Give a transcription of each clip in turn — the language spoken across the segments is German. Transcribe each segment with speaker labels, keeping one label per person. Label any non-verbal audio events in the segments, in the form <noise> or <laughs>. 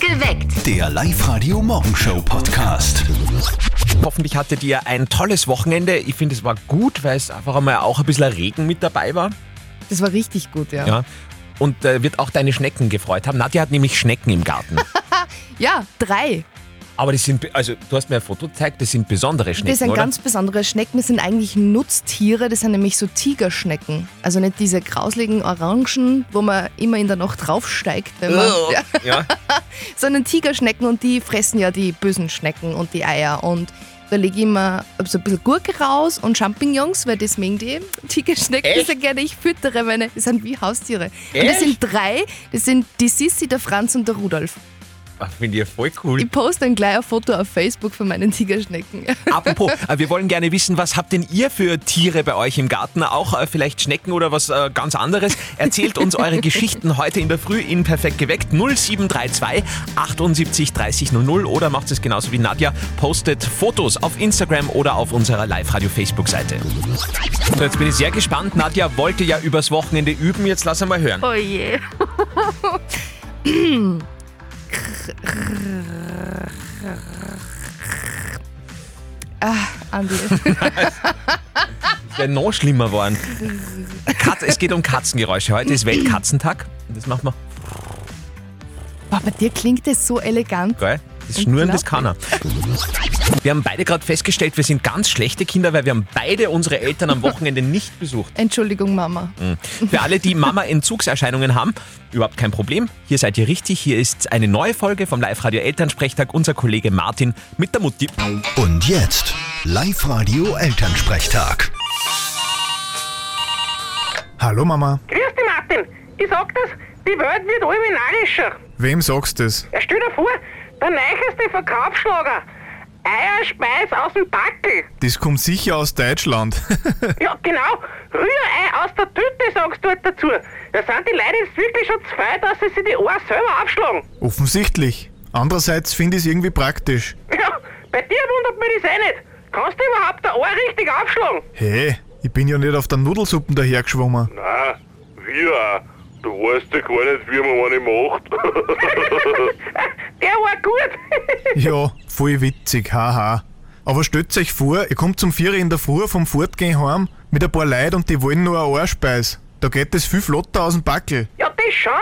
Speaker 1: Geweckt.
Speaker 2: Der Live-Radio-Morgenshow-Podcast.
Speaker 3: Hoffentlich hattet ihr ein tolles Wochenende. Ich finde, es war gut, weil es einfach einmal auch ein bisschen Regen mit dabei war.
Speaker 4: Das war richtig gut, ja. Ja,
Speaker 3: Ja. Und äh, wird auch deine Schnecken gefreut haben. Nadja hat nämlich Schnecken im Garten.
Speaker 4: drei.
Speaker 3: Aber die sind, be- also du hast mir ein Foto gezeigt, das sind besondere Schnecken,
Speaker 4: das sind
Speaker 3: oder?
Speaker 4: ganz besondere Schnecken. Das sind eigentlich Nutztiere. Das sind nämlich so Tigerschnecken. Also nicht diese grausligen Orangen, wo man immer in der Nacht draufsteigt, wenn man, ja, <laughs>
Speaker 3: ja.
Speaker 4: sondern Tigerschnecken und die fressen ja die bösen Schnecken und die Eier. Und da lege ich immer so ein bisschen Gurke raus und Champignons, weil das mögen die Tigerschnecken
Speaker 3: Echt?
Speaker 4: sehr gerne. Ich füttere meine, das sind wie Haustiere. Und das
Speaker 3: Echt?
Speaker 4: sind drei. Das sind die Sissi, der Franz und der Rudolf.
Speaker 3: Ach, Ah, Finde ich ja voll cool.
Speaker 4: Ich poste dann gleich ein Foto auf Facebook von meinen Tigerschnecken. <laughs>
Speaker 3: Apropos, äh, wir wollen gerne wissen, was habt denn ihr für Tiere bei euch im Garten? Auch äh, vielleicht Schnecken oder was äh, ganz anderes? Erzählt uns eure Geschichten heute in der Früh in Perfekt geweckt 0732 78 30 00 oder macht es genauso wie Nadja, postet Fotos auf Instagram oder auf unserer Live-Radio-Facebook-Seite. So, jetzt bin ich sehr gespannt. Nadja wollte ja übers Wochenende üben, jetzt lass einmal hören.
Speaker 4: Oh je. ah, Andi.
Speaker 3: Es wäre noch schlimmer geworden. Kat es geht um Katzengeräusche. Heute ist Weltkatzentag. Und Das machen wir.
Speaker 4: Boah, bei dir klingt das so elegant.
Speaker 3: Geil. Das Schnüren, das kann er. Wir haben beide gerade festgestellt, wir sind ganz schlechte Kinder, weil wir haben beide unsere Eltern am Wochenende nicht besucht.
Speaker 4: Entschuldigung, Mama.
Speaker 3: Mhm. Für alle, die Mama-Entzugserscheinungen haben, überhaupt kein Problem. Hier seid ihr richtig. Hier ist eine neue Folge vom Live-Radio Elternsprechtag. Unser Kollege Martin mit der Mutti.
Speaker 2: Und jetzt Live-Radio Elternsprechtag.
Speaker 5: Hallo Mama,
Speaker 6: Grüß dich, Martin. Ich sag das, die Welt wird allweil narrischer.
Speaker 5: wem sagst du das?
Speaker 6: Ja, stell dir vor, der neueste Verkaufsschlager. Eierspeis aus dem Backel.
Speaker 5: Das kommt sicher aus Deutschland. <laughs>
Speaker 6: Ja, genau. Rührei aus der Tüte, sagst du halt dazu. Da sind die Leute jetzt wirklich schon zu fein, dass sie sich die Ohren selber abschlagen.
Speaker 5: Offensichtlich. Andererseits finde ich es irgendwie praktisch.
Speaker 6: Ja, bei dir wundert mich das eh nicht. Kannst du überhaupt der Ohr richtig abschlagen?
Speaker 5: Hä? ich bin ja nicht auf der Nudelsuppen dahergeschwommen.
Speaker 7: Ah, wir auch. Du weißt ja gar nicht, wie man eine macht.
Speaker 6: Der war gut. <laughs>
Speaker 5: Ja, voll witzig, haha. Aber stellt euch vor, ihr kommt zum Vierer in der Früh vom Fortgehen heim mit ein paar Leuten und die wollen nur eine Ohrspeis. Da geht das viel flotter aus dem Backel.
Speaker 6: ja, das schon.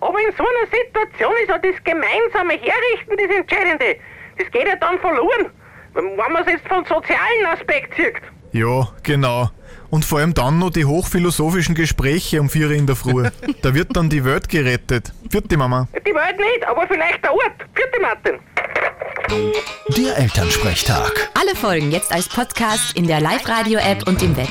Speaker 6: Aber in so einer Situation ist ja das gemeinsame Herrichten das Entscheidende. Das geht ja dann verloren, wenn man es jetzt vom sozialen Aspekt sieht.
Speaker 5: Ja, genau. Und vor allem dann noch die hochphilosophischen Gespräche um Vierer in der Früh. Da wird dann die Welt gerettet. Vierte Mama.
Speaker 6: Die Welt nicht, aber vielleicht der Ort. Vierte Martin.
Speaker 2: Der Elternsprechtag.
Speaker 8: Alle Folgen jetzt als Podcast in der Live-Radio-App und im Web.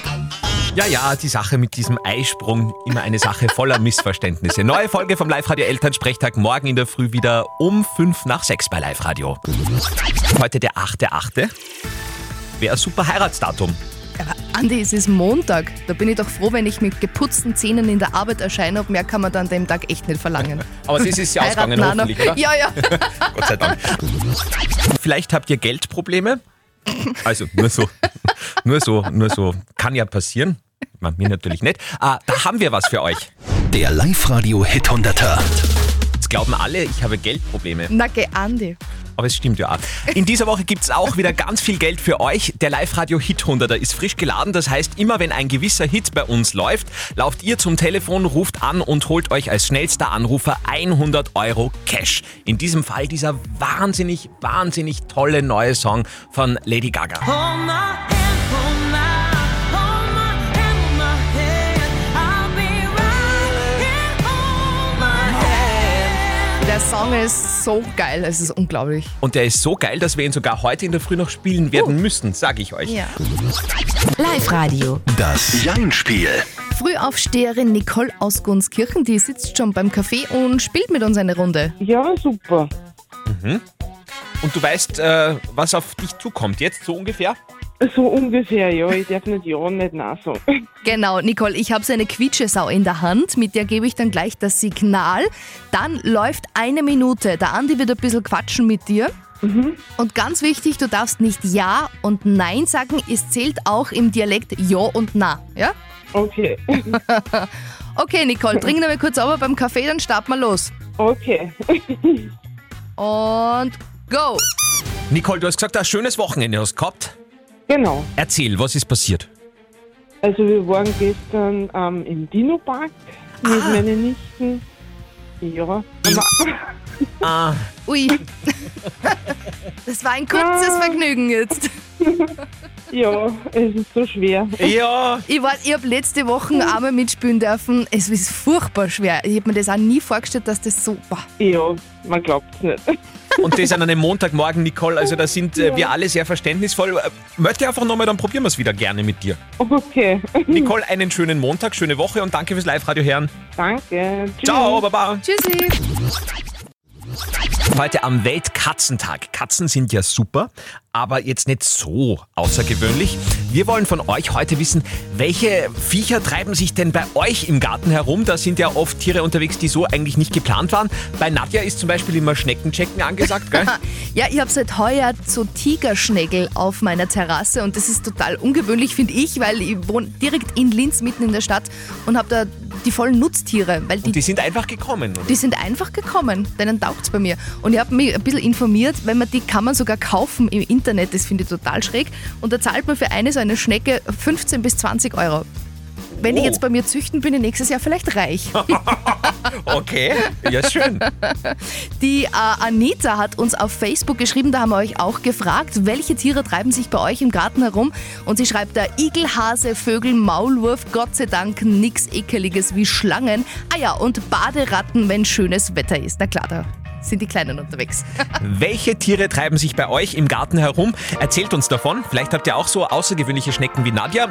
Speaker 3: Ja, ja, die Sache mit diesem Eisprung, immer eine Sache voller Missverständnisse. Neue Folge vom Live-Radio Elternsprechtag morgen in der Früh wieder um 5 nach 6 bei Live-Radio. Heute der 8.8. Wäre ein super Heiratsdatum.
Speaker 4: Aber Andi, es ist Montag. Da bin ich doch froh, wenn ich mit geputzten Zähnen in der Arbeit erscheine. Mehr kann man dann an dem Tag echt nicht verlangen.
Speaker 3: <laughs> Aber das ist ja
Speaker 4: Heiraten
Speaker 3: ausgegangen,
Speaker 4: auch noch.
Speaker 3: hoffentlich, oder?
Speaker 4: Ja,
Speaker 3: <laughs>
Speaker 4: ja.
Speaker 3: Gott sei Dank. Vielleicht habt ihr Geldprobleme. Also nur so, nur so, nur so. Kann ja passieren. Ich meine, Mir natürlich nicht. Ah, da haben wir was für euch.
Speaker 2: Der Live-Radio Hit 100er.
Speaker 3: Jetzt glauben alle, ich habe Geldprobleme.
Speaker 4: Na, geh, Andi.
Speaker 3: Aber es stimmt ja auch. In dieser Woche gibt es auch wieder ganz viel Geld für euch. Der Live-Radio Hit 100er ist frisch geladen. Das heißt, immer wenn ein gewisser Hit bei uns läuft, lauft ihr zum Telefon, ruft an und holt euch als schnellster Anrufer 100 Euro Cash. In diesem Fall dieser wahnsinnig, wahnsinnig tolle neue Song von Lady Gaga.
Speaker 4: Der Song ist so geil. Es ist unglaublich.
Speaker 3: Und der ist so geil, dass wir ihn sogar heute in der Früh noch spielen werden müssen, sage ich euch.
Speaker 4: Ja.
Speaker 8: Live-Radio.
Speaker 2: Das Jein-Spiel.
Speaker 4: Frühaufsteherin Nicole aus Gunskirchen, die sitzt schon beim Café und spielt mit uns eine Runde.
Speaker 6: Ja, super.
Speaker 3: Und du weißt, äh, was auf dich zukommt jetzt, so ungefähr?
Speaker 6: So ungefähr, ja. Ich darf nicht ja, nicht nein sagen.
Speaker 4: Genau, Nicole, ich habe so eine Quietschesau in der Hand, mit der gebe ich dann gleich das Signal. Dann läuft eine Minute. Der Andi wird ein bisschen quatschen mit dir. Und ganz wichtig, du darfst nicht Ja und Nein sagen. Es zählt auch im Dialekt Ja und Na. Ja?
Speaker 6: Okay,
Speaker 4: Okay, Nicole, trink noch mal kurz aber beim Kaffee, dann starten wir los.
Speaker 6: okay.
Speaker 4: Und go!
Speaker 3: Nicole, du hast gesagt, ein schönes Wochenende hast gehabt.
Speaker 1: Genau.
Speaker 3: Erzähl, was ist passiert?
Speaker 1: Also wir waren gestern ähm, im Dino-Park mit meinen Nichten. Ja.
Speaker 4: Ui. <laughs> Das war ein kurzes Vergnügen jetzt.
Speaker 1: Ja, es ist so schwer.
Speaker 3: Ja,
Speaker 4: Ich, war- ich habe letzte Woche einmal mitspielen dürfen. Es ist furchtbar schwer. Ich habe mir das auch nie vorgestellt, dass das so war.
Speaker 6: äh,
Speaker 1: Ja, man glaubt es nicht.
Speaker 3: und das an einem Montagmorgen, Nicole. Also da sind äh, wir alle sehr verständnisvoll. Äh, Meld dich einfach nochmal, dann probieren wir es wieder gerne mit dir.
Speaker 1: Okay,
Speaker 6: <laughs>
Speaker 3: Nicole, einen schönen Montag, schöne Woche und danke fürs Live-Radio hören.
Speaker 1: danke. Tschüss.
Speaker 6: Mhm.
Speaker 3: Ciao, baba.
Speaker 4: Tschüssi!
Speaker 3: Heute am Weltkatzentag. Katzen sind ja super, aber jetzt nicht so außergewöhnlich. Wir wollen von euch heute wissen, welche Viecher treiben sich denn bei euch im Garten herum? Da sind ja oft Tiere unterwegs, die so eigentlich nicht geplant waren. Bei Nadja ist zum Beispiel immer Schneckenchecken angesagt, gell?
Speaker 4: Ja, ich habe seit heuer so Tigerschnägel auf meiner Terrasse und das ist total ungewöhnlich, finde ich, weil ich wohne direkt in Linz, mitten in der Stadt und habe da die vollen Nutztiere, weil
Speaker 3: Und
Speaker 4: die,
Speaker 3: die
Speaker 4: die,
Speaker 3: sind einfach gekommen. Oder?
Speaker 4: sind einfach gekommen, denen taugt es bei mir. Und ich habe mich ein bisschen informiert, weil man die kann man sogar kaufen im Internet, das finde ich total schräg. Und da zahlt man für eine so eine Schnecke 15 bis 20 Euro. Wenn ich
Speaker 3: Oh.
Speaker 4: jetzt bei mir züchten, bin ich nächstes Jahr vielleicht reich.
Speaker 3: Okay, ja schön.
Speaker 4: Die äh, Anita hat uns auf Facebook geschrieben, da haben wir euch auch gefragt, welche Tiere treiben sich bei euch im Garten herum. Und sie schreibt da Igel, Hase, Vögel, Maulwurf, Gott sei Dank nichts Ekeliges wie Schlangen. Ah ja, und Baderatten, wenn schönes Wetter ist. Na klar, da sind die Kleinen unterwegs.
Speaker 3: Welche Tiere treiben sich bei euch im Garten herum? Erzählt uns davon. Vielleicht habt ihr auch so außergewöhnliche Schnecken wie Nadja.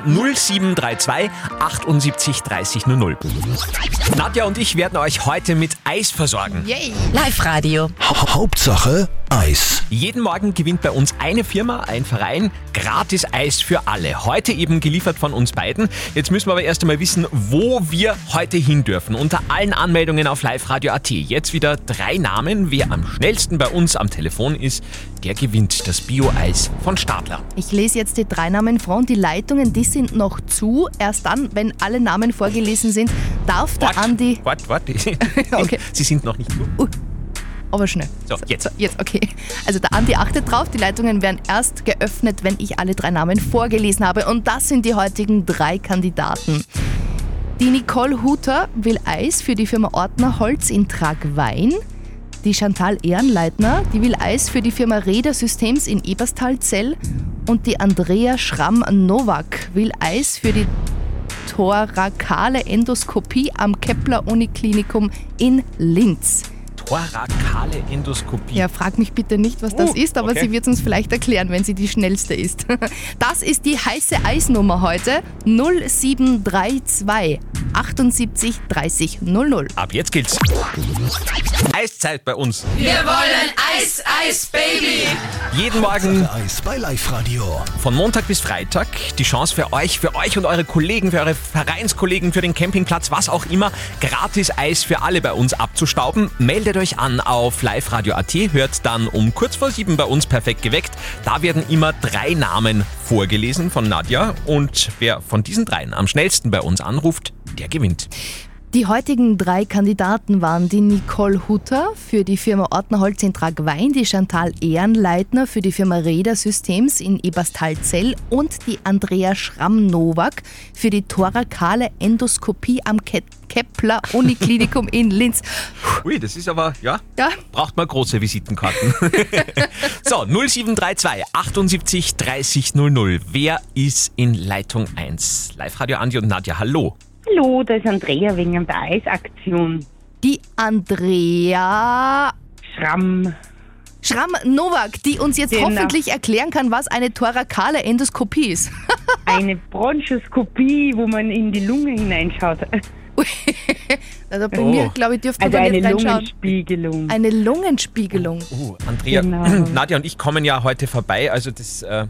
Speaker 3: 0732 78 30 00. Nadja und ich werden euch heute mit Eis versorgen.
Speaker 4: Yay!
Speaker 8: Live-Radio.
Speaker 2: Hau- Hauptsache Eis.
Speaker 3: Jeden Morgen gewinnt bei uns eine Firma, ein Verein, gratis Eis für alle. Heute eben geliefert von uns beiden. Jetzt müssen wir aber erst einmal wissen, wo wir heute hin dürfen. Unter allen Anmeldungen auf liveradio.at. Jetzt wieder drei Namen. Wer am schnellsten bei uns am Telefon ist, der gewinnt das Bio-Eis von Stadler.
Speaker 4: Ich lese jetzt die drei Namen vor und die Leitungen, die sind noch zu. Erst dann, wenn alle Namen vorgelesen sind, darf der Andi.
Speaker 3: What, <laughs> what?
Speaker 4: <laughs> Okay.
Speaker 3: Sie sind noch nicht gut.
Speaker 4: Aber schnell.
Speaker 3: So, jetzt.
Speaker 4: Jetzt, okay. Also der Andi achtet drauf, die Leitungen werden erst geöffnet, wenn ich alle drei Namen vorgelesen habe. Und das sind die heutigen drei Kandidaten. Die Nicole Huter will Eis für die Firma Ortner Holz in Tragwein. Die Chantal Ehrenleitner, die will Eis für die Firma Reda Systems in Eberstalzell. Und die Andrea Schramm-Nowak will Eis für die thorakale Endoskopie am Kepler-Uniklinikum in Linz.
Speaker 3: Thorakale Endoskopie.
Speaker 4: Ja, frag mich bitte nicht, was das
Speaker 3: Oh,
Speaker 4: ist, aber
Speaker 3: okay.
Speaker 4: sie wird uns vielleicht erklären, wenn sie die schnellste ist. <laughs> Das ist die heiße Eisnummer heute 0732 78 30 00.
Speaker 3: Ab jetzt gilt's. Eiszeit bei uns.
Speaker 8: Wir wollen Eis, Eis, Baby.
Speaker 3: Jeden Morgen
Speaker 2: Eis bei Live Radio.
Speaker 3: Von Montag bis Freitag die Chance für euch, für euch und eure Kollegen, für eure Vereinskollegen, für den Campingplatz, was auch immer, gratis Eis für alle bei uns abzustauben. Meldet euch an auf liveradio.at, hört dann um kurz vor sieben bei uns perfekt geweckt. Da werden immer drei Namen vorgelesen von Nadja und wer von diesen dreien am schnellsten bei uns anruft, der gewinnt.
Speaker 4: Die heutigen drei Kandidaten waren die Nicole Hutter für die Firma Ortnerholz in Tragwein, die Chantal Ehrenleitner für die Firma Reda Systems in Eberstalzell und die Andrea Schramm-Nowak für die thorakale Endoskopie am Ke Kepler Uniklinikum in Linz.
Speaker 3: Ui, das ist aber, ja,
Speaker 4: Ja,
Speaker 3: braucht man große Visitenkarten. so, 0732 78 30 00. Wer ist in Leitung 1? Live-Radio Andi und Nadja, hallo.
Speaker 1: Hallo, da ist Andrea wegen der Eisaktion.
Speaker 4: die Andrea
Speaker 1: Schramm.
Speaker 4: Schramm-Nowak, die uns jetzt
Speaker 1: Genau.
Speaker 4: hoffentlich erklären kann, was eine thorakale Endoskopie ist. <laughs>
Speaker 1: Eine Bronchoskopie, wo man in die Lunge hineinschaut.
Speaker 4: Also bei
Speaker 3: Oh.
Speaker 4: mir, glaube ich, dürfte
Speaker 1: Also
Speaker 4: man
Speaker 1: eine
Speaker 4: jetzt reinschauen.
Speaker 1: Lungenspiegelung.
Speaker 4: Eine Lungenspiegelung.
Speaker 3: Uh, Andrea,
Speaker 1: Genau.
Speaker 3: <clears throat> Nadja und ich kommen ja heute vorbei, also das. Äh,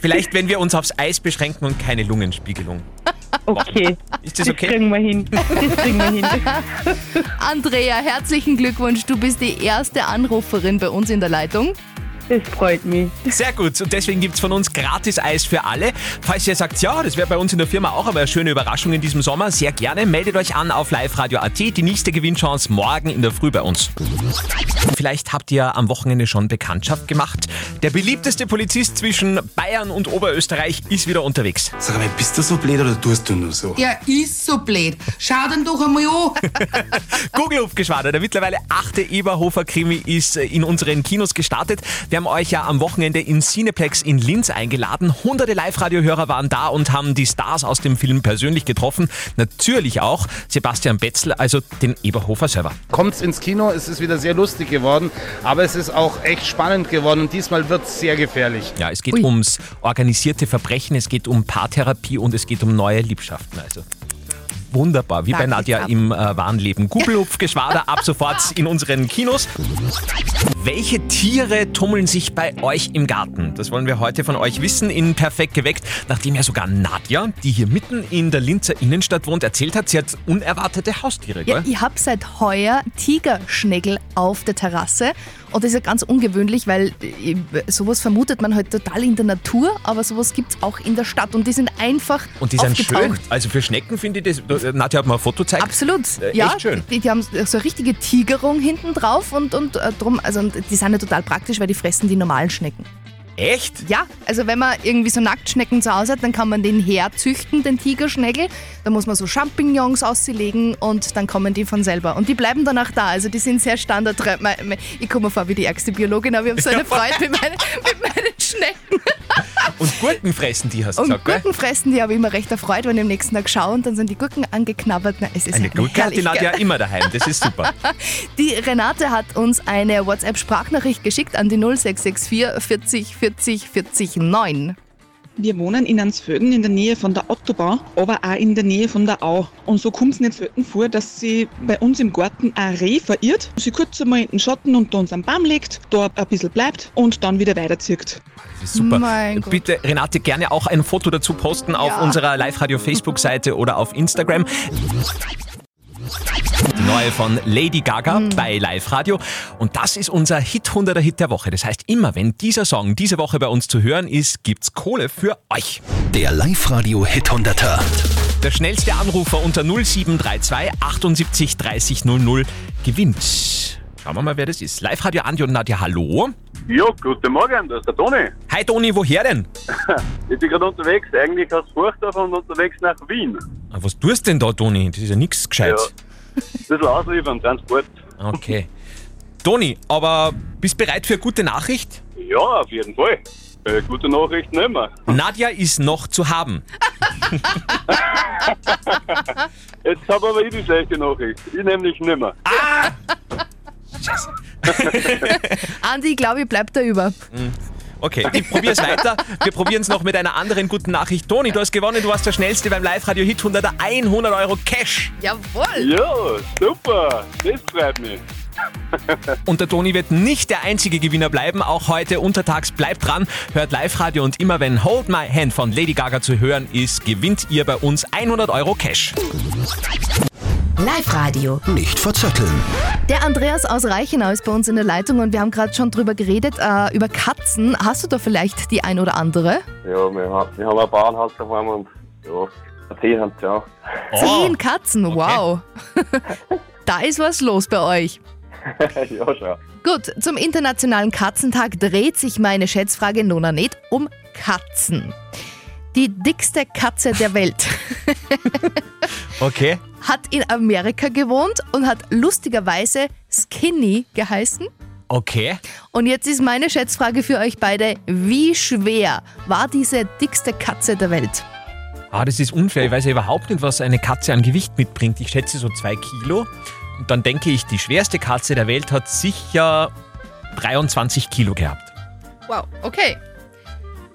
Speaker 3: vielleicht, wenn wir uns aufs Eis beschränken und keine Lungenspiegelung.
Speaker 1: Okay,
Speaker 3: Ist das
Speaker 1: das
Speaker 3: okay?
Speaker 1: kriegen wir hin. Das kriegen wir hin.
Speaker 4: Andrea, herzlichen Glückwunsch. Du bist die erste Anruferin bei uns in der Leitung.
Speaker 1: Das freut mich.
Speaker 3: Sehr gut. Und deswegen gibt's von uns gratis Eis für alle. Falls ihr sagt, ja, das wäre bei uns in der Firma auch aber eine schöne Überraschung in diesem Sommer, sehr gerne. Meldet euch an auf liveradio.at. Die nächste Gewinnchance morgen in der Früh bei uns. Vielleicht habt ihr am Wochenende schon Bekanntschaft gemacht. Der beliebteste Polizist zwischen Bayern und Oberösterreich ist wieder unterwegs.
Speaker 9: Sag mal, bist du so blöd oder tust du nur so?
Speaker 10: Der ist so blöd. Schau den doch einmal an.
Speaker 3: Google Hupfgeschwader, der mittlerweile achte Eberhofer-Krimi ist äh, in unseren Kinos gestartet. Wir haben euch ja am Wochenende in Cineplex in Linz eingeladen. Hunderte Live-Radio-Hörer waren da und haben die Stars aus dem Film persönlich getroffen. Natürlich auch Sebastian Betzel, also den Eberhofer selber.
Speaker 11: Kommt's ins Kino, es ist wieder sehr lustig geworden, aber es ist auch echt spannend geworden und diesmal wird's sehr gefährlich.
Speaker 3: Ja, es geht
Speaker 4: Ui.
Speaker 3: ums organisierte Verbrechen, es geht um Paartherapie und es geht um neue Liebschaften. Also wunderbar, wie
Speaker 4: Da
Speaker 3: bei
Speaker 4: geht's
Speaker 3: Nadja
Speaker 4: ab.
Speaker 3: im äh, wahren Leben. Kugelhupfgeschwader ab sofort in unseren Kinos. Welche Tiere tummeln sich bei euch im Garten? Das wollen wir heute von euch wissen in Perfekt geweckt, nachdem ja sogar Nadja, die hier mitten in der Linzer Innenstadt wohnt, erzählt hat, sie hat unerwartete Haustiere,
Speaker 4: Ja,
Speaker 3: gell?
Speaker 4: ich habe seit heuer Tigerschnägel auf der Terrasse. Und das ist ja ganz ungewöhnlich, weil äh, sowas vermutet man halt total in der Natur, aber sowas gibt es auch in der Stadt. Und die sind einfach
Speaker 3: Und die sind
Speaker 4: aufgetaucht.
Speaker 3: schön. Also für Schnecken finde ich das. äh, Nadja hat mir ein Foto gezeigt.
Speaker 4: Absolut,
Speaker 3: Äh,
Speaker 4: ja.
Speaker 3: echt schön.
Speaker 4: Die, die haben so eine richtige Tigerung hinten drauf und, und äh, drum, also und die sind ja total praktisch, weil die fressen die normalen Schnecken.
Speaker 3: Echt?
Speaker 4: Ja, also wenn man irgendwie so Nacktschnecken zu Hause hat, dann kann man den herzüchten, den Tigerschnägel. Da muss man so Champignons auslegen und dann kommen die von selber. Und die bleiben dann auch da. Also die sind sehr standard. Ich komme mir vor wie die ärgste Biologin, aber ich habe so eine Freude mit meinen, mit meinen Schnecken.
Speaker 3: Und Gurken fressen die, hast du
Speaker 4: Und
Speaker 3: gesagt, gell?
Speaker 4: Gurken fressen, die habe ich immer recht erfreut, wenn ich am nächsten Tag schaue und dann sind die Gurken angeknabbert. Na, es ist
Speaker 3: Eine
Speaker 4: einfach
Speaker 3: Gurke hat die
Speaker 4: herrlich, gell?
Speaker 3: Nadja immer daheim, das ist super.
Speaker 4: Die Renate hat uns eine WhatsApp-Sprachnachricht geschickt an die 0664 40 40 40 9.
Speaker 10: Wir wohnen in Ansvöden in der Nähe von der Autobahn, aber auch in der Nähe von der Au. Und so kommt es nicht selten vor, dass sie bei uns im Garten ein Reh verirrt, sie kurz einmal in den Schatten unter uns am Baum legt, dort ein bisschen bleibt und dann wieder weiterzieht.
Speaker 3: Das ist super.
Speaker 4: Mein Gott.
Speaker 3: Bitte, Renate, gerne auch ein Foto dazu posten auf unserer Live-Radio-Facebook-Seite oder auf Instagram. Die neue von Lady Gaga
Speaker 4: Hm.
Speaker 3: bei Live Radio. Und das ist unser Hit 100er Hit der Woche. Das heißt, immer wenn dieser Song diese Woche bei uns zu hören ist, gibt's Kohle für euch.
Speaker 2: Der Live-Radio Hit 100er.
Speaker 3: Der schnellste Anrufer unter 0732 78 30 00 gewinnt. Schauen wir mal, wer das ist. Live Radio Andi und Nadja, hallo.
Speaker 7: Ja, guten Morgen, das ist der Toni.
Speaker 3: Hi Toni, woher denn?
Speaker 7: Ich bin gerade unterwegs, eigentlich aus Furchtdorf und unterwegs nach Wien.
Speaker 3: Ah, Was tust denn da, Toni? Das ist ja nichts Gescheites.
Speaker 7: Ein bisschen ausliefern, Transport.
Speaker 3: Okay. Toni, aber bist bereit für eine gute Nachricht?
Speaker 7: Ja, auf jeden Fall. Äh, gute Nachrichten immer.
Speaker 3: Nadja ist noch zu haben.
Speaker 7: Jetzt habe aber ich die schlechte Nachricht. Ich nämlich nimmer.
Speaker 4: Andi, ich glaube, ich bleib da über.
Speaker 3: Okay, ich probiere es weiter. Wir probieren es noch mit einer anderen guten Nachricht. Toni, du hast gewonnen, du warst der Schnellste beim Live-Radio Hit 100er. 100 Euro Cash.
Speaker 4: Jawohl!
Speaker 7: Ja, super. Das freut mich.
Speaker 3: Und der Toni wird nicht der einzige Gewinner bleiben. Auch heute untertags bleibt dran, hört Live-Radio und immer wenn Hold My Hand von Lady Gaga zu hören ist, gewinnt ihr bei uns 100 Euro Cash.
Speaker 8: Live-Radio.
Speaker 2: Nicht verzetteln.
Speaker 4: Der Andreas aus Reichenau ist bei uns in der Leitung und wir haben gerade schon drüber geredet, äh, über Katzen. Hast du da vielleicht die ein oder andere?
Speaker 7: Ja, wir haben, wir haben ein Bauernhaus daheim und ja, ein Tee haben sie auch.
Speaker 4: Zehn Katzen, wow. <laughs> da ist was los bei euch.
Speaker 7: <laughs> ja, schau.
Speaker 4: Gut, zum Internationalen Katzentag dreht sich meine Schätzfrage Nonanet um Katzen. Die dickste Katze der Welt.
Speaker 3: Oh, Okay.
Speaker 4: hat in Amerika gewohnt und hat lustigerweise Skinny geheißen.
Speaker 3: Okay.
Speaker 4: Und jetzt ist meine Schätzfrage für euch beide: Wie schwer war diese dickste Katze der Welt?
Speaker 3: Ah, das ist unfair. Ich weiß ja überhaupt nicht, was eine Katze an Gewicht mitbringt. Ich schätze so zwei Kilo. Und dann denke ich, die schwerste Katze der Welt hat sicher 23 Kilo gehabt.
Speaker 4: Wow, okay.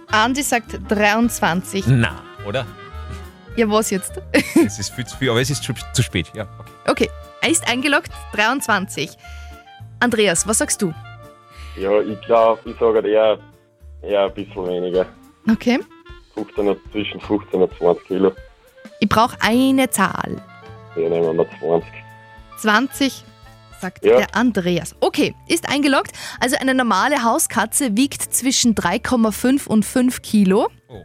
Speaker 4: Andi sagt 23.
Speaker 3: Na, oder?
Speaker 4: Ja, was jetzt?
Speaker 3: Das ist viel zu viel, aber es ist zu, zu spät. Ja, okay.
Speaker 4: <laughs> Okay, er ist eingeloggt, 23. Andreas, was sagst du?
Speaker 7: Ja, ich glaube, ich sage halt eher, eher ein bisschen weniger.
Speaker 4: Okay.
Speaker 7: 15, und- zwischen 15 und 20 Kilo.
Speaker 4: Ich brauche eine Zahl.
Speaker 7: Ja, nehmen wir mal 20.
Speaker 4: 20 sagt
Speaker 7: Ja.
Speaker 4: der Andreas. Okay, ist eingeloggt. Also eine normale Hauskatze wiegt zwischen 3,5 und 5 Kilo.
Speaker 3: Oh.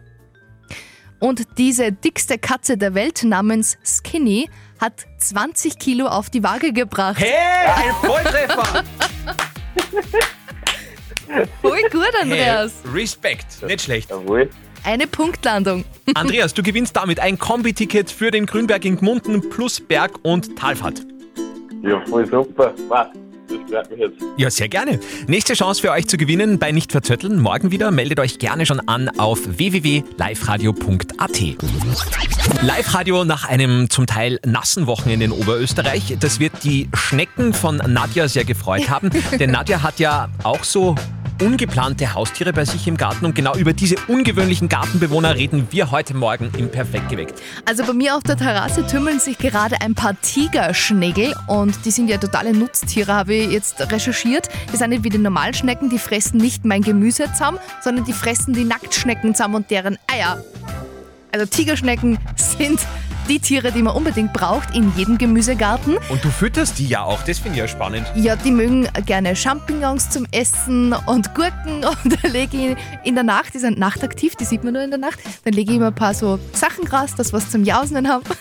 Speaker 4: Und diese dickste Katze der Welt namens Skinny hat 20 Kilo auf die Waage gebracht.
Speaker 3: Hey, ein Volltreffer!
Speaker 4: Voll gut, Andreas.
Speaker 3: Hey, Respekt, nicht schlecht.
Speaker 4: Eine Punktlandung.
Speaker 3: Andreas, du gewinnst damit ein Kombi-Ticket für den Grünberg in Gmunden plus Berg- und Talfahrt.
Speaker 7: Ja, voll super. Was? Das freut mich jetzt.
Speaker 3: Ja, sehr gerne. Nächste Chance für euch zu gewinnen bei Nicht verzötteln. Morgen wieder. Meldet euch gerne schon an auf www.liveradio.at. Live-Radio nach einem zum Teil nassen Wochenende in Oberösterreich. Das wird die Schnecken von Nadja sehr gefreut haben, denn Nadja hat ja auch so ungeplante Haustiere bei sich im Garten und genau über diese ungewöhnlichen Gartenbewohner reden wir heute Morgen im Perfekt geweckt.
Speaker 4: Also bei mir auf der Terrasse tümmeln sich gerade ein paar Tigerschnägel und die sind ja totale Nutztiere, habe ich jetzt recherchiert. Die sind nicht wie die Normalschnecken, die fressen nicht mein Gemüse zusammen, sondern die fressen die Nacktschnecken zusammen und deren Eier. Also Tigerschnecken <laughs> sind die Tiere, die man unbedingt braucht in jedem Gemüsegarten.
Speaker 3: Und du fütterst die ja auch, das finde ich ja spannend.
Speaker 4: Ja, die mögen gerne Champignons zum Essen und Gurken <laughs> und da lege ich in der Nacht, die sind nachtaktiv, die sieht man nur in der Nacht, dann lege ich immer ein paar so Sachen raus, dass was zum Jausen habe. <laughs>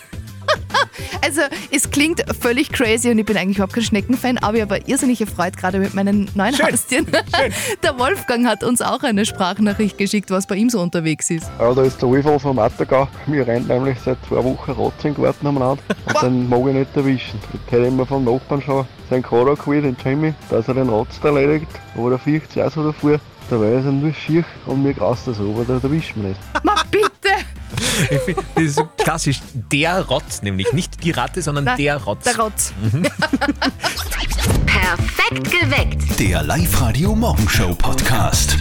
Speaker 4: Also, es klingt völlig crazy und ich bin eigentlich überhaupt kein Schneckenfan, aber ich habe eine irrsinnige Freude gerade mit meinen neuen Haustieren. <laughs> Der Wolfgang hat uns auch eine Sprachnachricht geschickt, was bei ihm so unterwegs ist.
Speaker 3: <laughs>
Speaker 12: Ja, da ist der Wolf vom Attergau. Wir rennen nämlich seit zwei Wochen Rotz im Garten umeinander und
Speaker 7: <laughs>
Speaker 12: den mag ich nicht erwischen. Jetzt hätte ich mir vom Nachbarn schon seinen Kader geholt, den Jimmy, dass er den Rotz da erledigt. Aber der fiecht sich auch so davor. Dabei ist er nur schier und mir graust das aber, da erwischen wir nicht.
Speaker 4: Ma bitte!
Speaker 3: Ich find, Das ist so klassisch. Der Rotz, nämlich nicht die Ratte, sondern
Speaker 4: Nein,
Speaker 3: der Rotz.
Speaker 4: der Rotz.
Speaker 8: Perfekt geweckt.
Speaker 2: Der Live-Radio Morgenshow Podcast.